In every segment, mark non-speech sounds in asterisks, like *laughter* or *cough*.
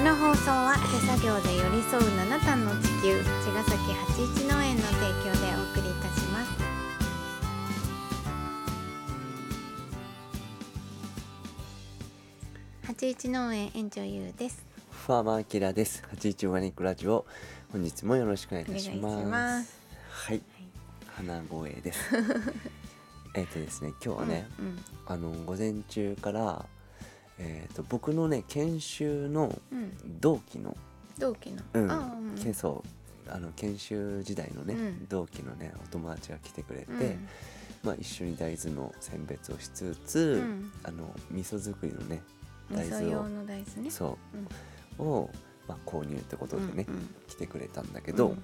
の放送は手作業で寄り添う七段の地球茅ヶ崎八一農園の提供でお送りいたします八一農園園長ゆうですファーマーキラーです。八一オーガニックラジオ。本日もよろしくお願いいたしお願まいす。しますはい、花声 *laughs* です。えっとですね、今日はね、うんあの午前中から。えっ、と、僕のね、研修のうん、うん、同期の、同期の、うん、あうんけそうあの研修時代のね、うん同期のね、お友達が来てくれて。うんまあ、一緒に大豆の選別をしつつ、うんあの味噌作りのね、味大豆を噌用の大豆ねそううんう、を、まあ、購入ってことでね。んん来てくれたんだけど、うん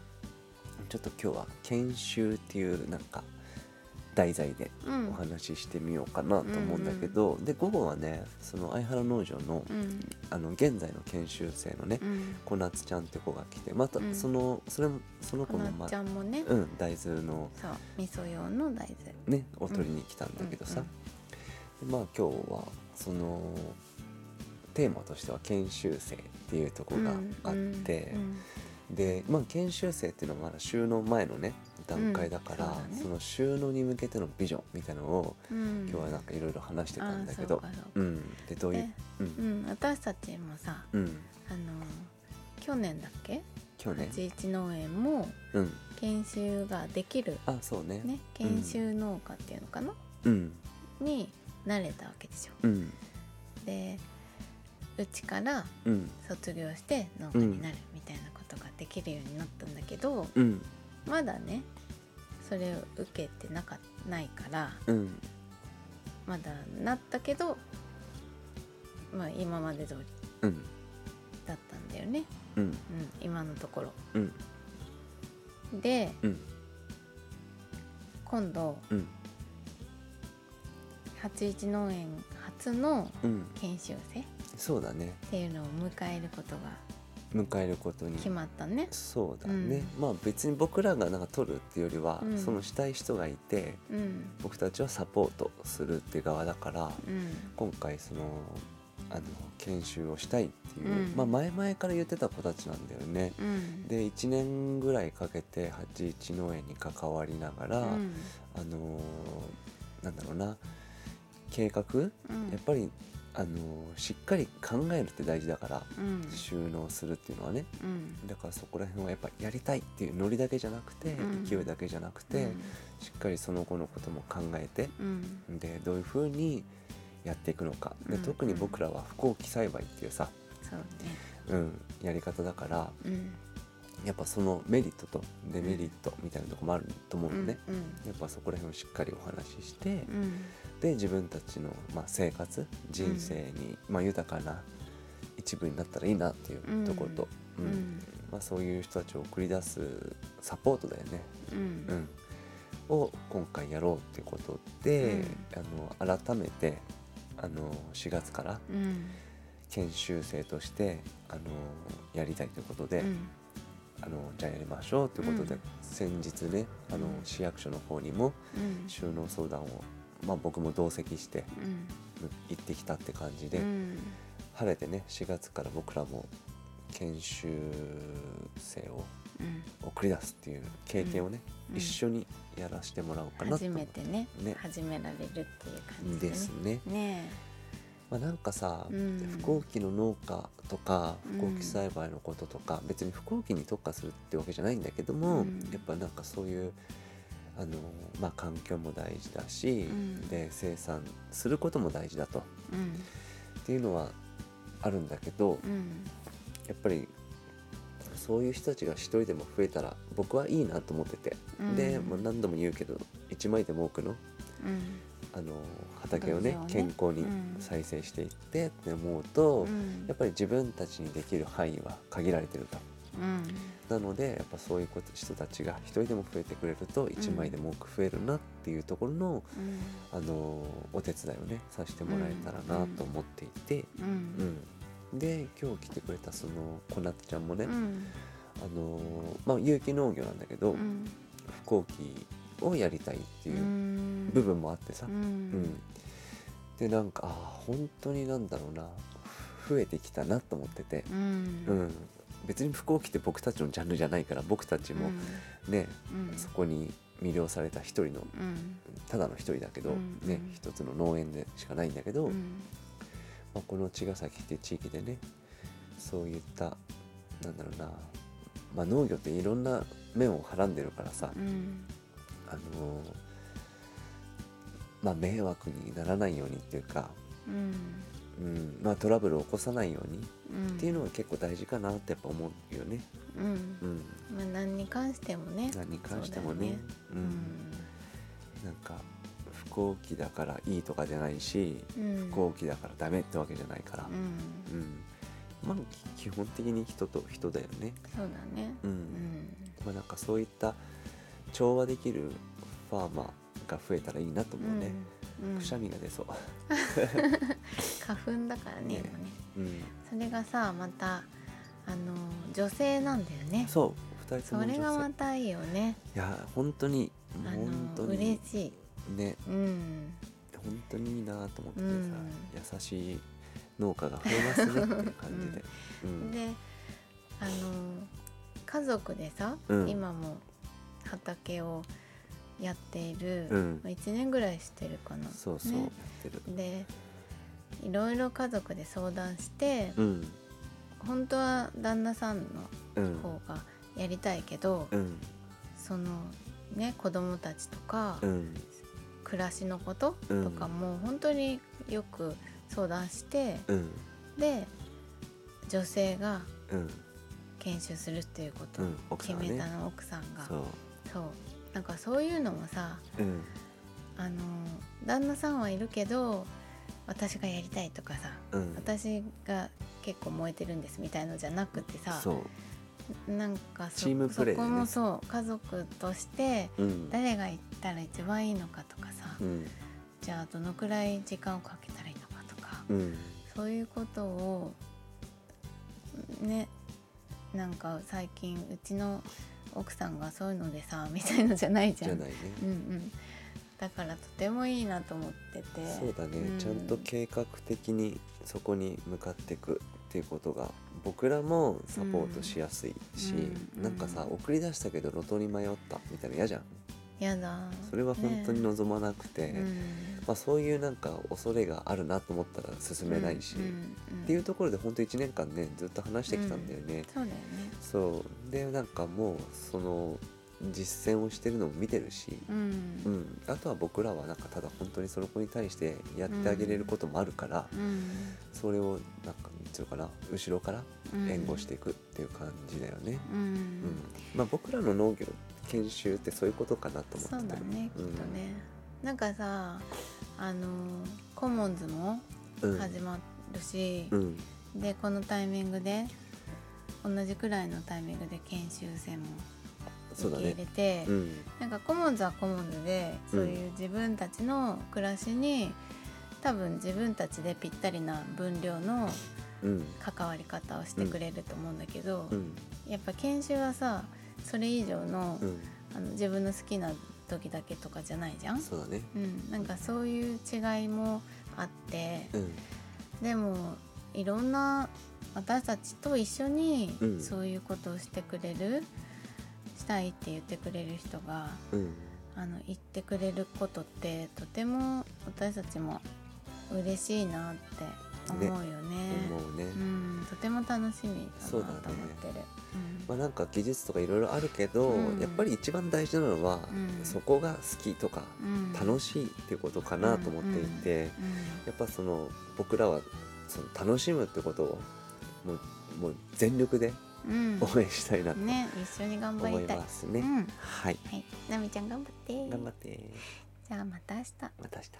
ちょっと今日は研修っていうなんか題材でうんお話ししてみようかなと思うんだけど、で午後はねその相原農場の,、うんあの現在の研修生のね、うん小夏ちゃんって子が来てまたうんその、それもそのこ子もまなっちゃんもね、うん、大豆のそう味噌用の大豆ねを取りに来たんだけどさ、でまあ今日はそのテーマとしては研修生っていうところがあって。うんで、まあ、研修生っていうのはまだ収納前のね段階だから、うんそうだねその収納に向けてのビジョンみたいなのをうん、今日はなんかいろいろ話してたんだけどあーそうかそうかうん、でどういうね、ううんん、私たちもさうん、あの去年だっけ去年、八一農園もうん、研修ができる、あそうねね、研修農家っていうのかな、うんになれたわけでしょうんでうちからうん卒業して農家になるみたいなことができるようになったんだけど、うんまだねそれを受けてなかないからうんまだなったけど、まあ、今まで通りうんだったんだよね、うんうん、今のところ。うんでうん今度うん81農園初のうん研修生っそうだねていうのを迎えることが迎えることに決まったね。そうだね、まあ別に僕らがなんか取るっていうよりは、うんそのしたい人がいてうん僕たちはサポートするっていう側だから、うん今回そのあの研修をしたいっていう、うんまあ、前々から言ってた子たちなんだよね。うんで1年ぐらいかけて81農園に関わりながら、うんあのーなんだろうな計画、うんやっぱり、あのーしっかり考えるって大事だから、うん収納するっていうのはねうんだからそこら辺はやっぱやりたいっていうノリだけじゃなくて、うん勢いだけじゃなくて、しっかりその子のことも考えてうんでどういうふうにやっていくのかでうん特に僕らは不幸期栽培っていうさ、そうねうん、やり方だからうんやっぱそのメリットとデメリットみたいなとこもあると思ううのんね、うんやっぱそこら辺をしっかりお話しして、うんで自分たちの、まあ、生活人生に、まあ、豊かな一部になったらいいなっていうとこと、ううんんまあ、そういう人たちを送り出すサポートだよね。うんうん、を今回やろうってことで、あの改めてあの4月からうん研修生としてあのやりたいということで、うんあのじゃあやりましょうということで、うん先日ねあのうん市役所の方にもうん収納相談を、まあ、僕も同席してうん行ってきたって感じで、うん晴れてね4月から僕らも研修生をうん送り出すっていう経験をね、うん一緒にやらせてもらおうかなと初思っめてねね始められるっていう感じででねすね。ねまあ、なんかさ、うん不幸期の農家とかうん不幸期栽培のこととか、別に不幸期に特化するってわけじゃないんだけども、うんやっぱなんかそういうあの、まあ、環境も大事だし、うんで生産することも大事だとえうんっていうのはあるんだけど、うんやっぱりそういう人たちが一人でも増えたら僕はいいなと思ってて、うんでもう何度も言うけど一枚でも多くのうんあの畑をね畑をね健康にうん再生していってって思うと、うんやっぱり自分たちにできる範囲は限られてるとうんなのでやっぱそういうこと人たちが一人でも増えてくれると一枚でも多く増えるなっていうところの、うんあのお手伝いをねさせてもらえたらなと思っていて、ううんんで今日来てくれたその小夏ちゃんもね、うんあのまあ、有機農業なんだけど、うん不幸期をやりたいっていう部部分もあってさ、ううんんでなんかあー本当になんだろうな増えてきたなと思ってて、ううんん、別に服を着て僕たちのジャンルじゃないから僕たちもね、うんそこに魅了された一人のうんただの一人だけど、うんねうん一つの農園でしかないんだけど、うんまあ、この茅ヶ崎っていう地域でねそういったなんだろうな、まあ、農業っていろんな面をはらんでるからさ、うんあのーまあ、迷惑にならないようにっていうか、うんうんまあ、トラブルを起こさないようにうんっていうのが結構大事かなってやっぱ思うよね、うんうん、まあ何に関してもね何に関してもねそうだようんなんか不幸期だからいいとかじゃないしうん不幸期だからダメってわけじゃないからう、んうんまあ、き基本的に人と人だよね。そうだねうんうんまあ、なんかそういった調和できるファーマーが増えたらいいなと思うね、うんくしゃみが出そう、花粉だからね今ねねうん、それがさまたあの女性なんだよねそう2人とそもれが女ま性たいいよねいや本当にもあう本当のに嬉しいねうん本当にいいなと思ってさ、うん優しい農家が増えますねっていう感じで、うんであの家族でさ、うん今も畑をやっている、うんまあ1年ぐらいしてるかなそうそう、やねってるでいろいろ家族で相談して、うん本当は旦那さんうのん方がやりたいけど、うんそのね子供たちとか、うん暮らしのことうんとかも本当によく相談して、うんで女性がうん研修するっていうことうをん奥さ決んがねめたの、奥さんがそうそうなんかそういうのもさうんあの旦那さんはいるけど私がやりたいとかさうん私が結構燃えてるんですみたいのじゃなくてさそなんかそチームプレーそだこよねもそう家族としてううん誰が行ったら一番いいのかとかさ、うんじゃあどのくらい時間をかけたらいいのかとか、うんそういうことをねなんか最近うちの奥さんがそういうのでさみたいのじゃないじじゃんゃないね、うんうん、だからとてもいいなと思っててそうだね、うちゃんと計画的にそこに向かっていくっていうことが僕らもサポートしやすいし、うんなんかさうん送り出したけど路頭に迷ったみたいな嫌じゃんやだそれは本当に望まなくて、ねうんまあ、そういうなんか恐れがあるなと思ったら進めないし、うんんっていうところで本当1年間ねずっと話してきたんだよね、そうだよねそうでなんかもうその実践をしてるのも見てるし、ううんん、あとは僕らはなんかただ本当にその子に対してやってあげれることもあるから、うんそれをなんかなんていうのかな後ろからうん援護していくっていう感じだよね、うん、うんまあ、僕らの農業研修ってそういうことかなと思ってそてうだねきっとね、なんかさあのコモンズもうん、始まるし、うんでこのタイミングで同じくらいのタイミングで研修生もそう受けだ入ねれて、うんなんかコモンズはコモンズでそういう自分たちの暮らしに、多分自分たちでぴったりな分量のうん関わり方をしてくれると思うんだけど、うんやっぱ研修はさそれ以上の,、うんあの自分の好きな時だけとかじゃないじゃん、そうだねうん、なんかそういう違いもあってうんでもいろんな私たちと一緒にうんそういうことをしてくれる、したいって言ってくれる人がうんあの言ってくれることってとても私たちも嬉しいなって思うよね。思うね、うん、とても楽しみだなとそうだ思っねてる。まあ、なんか技術とかいろいろあるけど、うんやっぱり一番大事なのは、うんそこが好きとかうん楽しいっていうことかなと思っていて、やっぱその僕らはその楽しむってことをもうもう全力でうん、うん応援したいなうとん、ね、一緒に頑張思りいたい。ますね。うん、はい、はい、なみちゃん頑張って。頑張ってじゃあまた明日。また明日。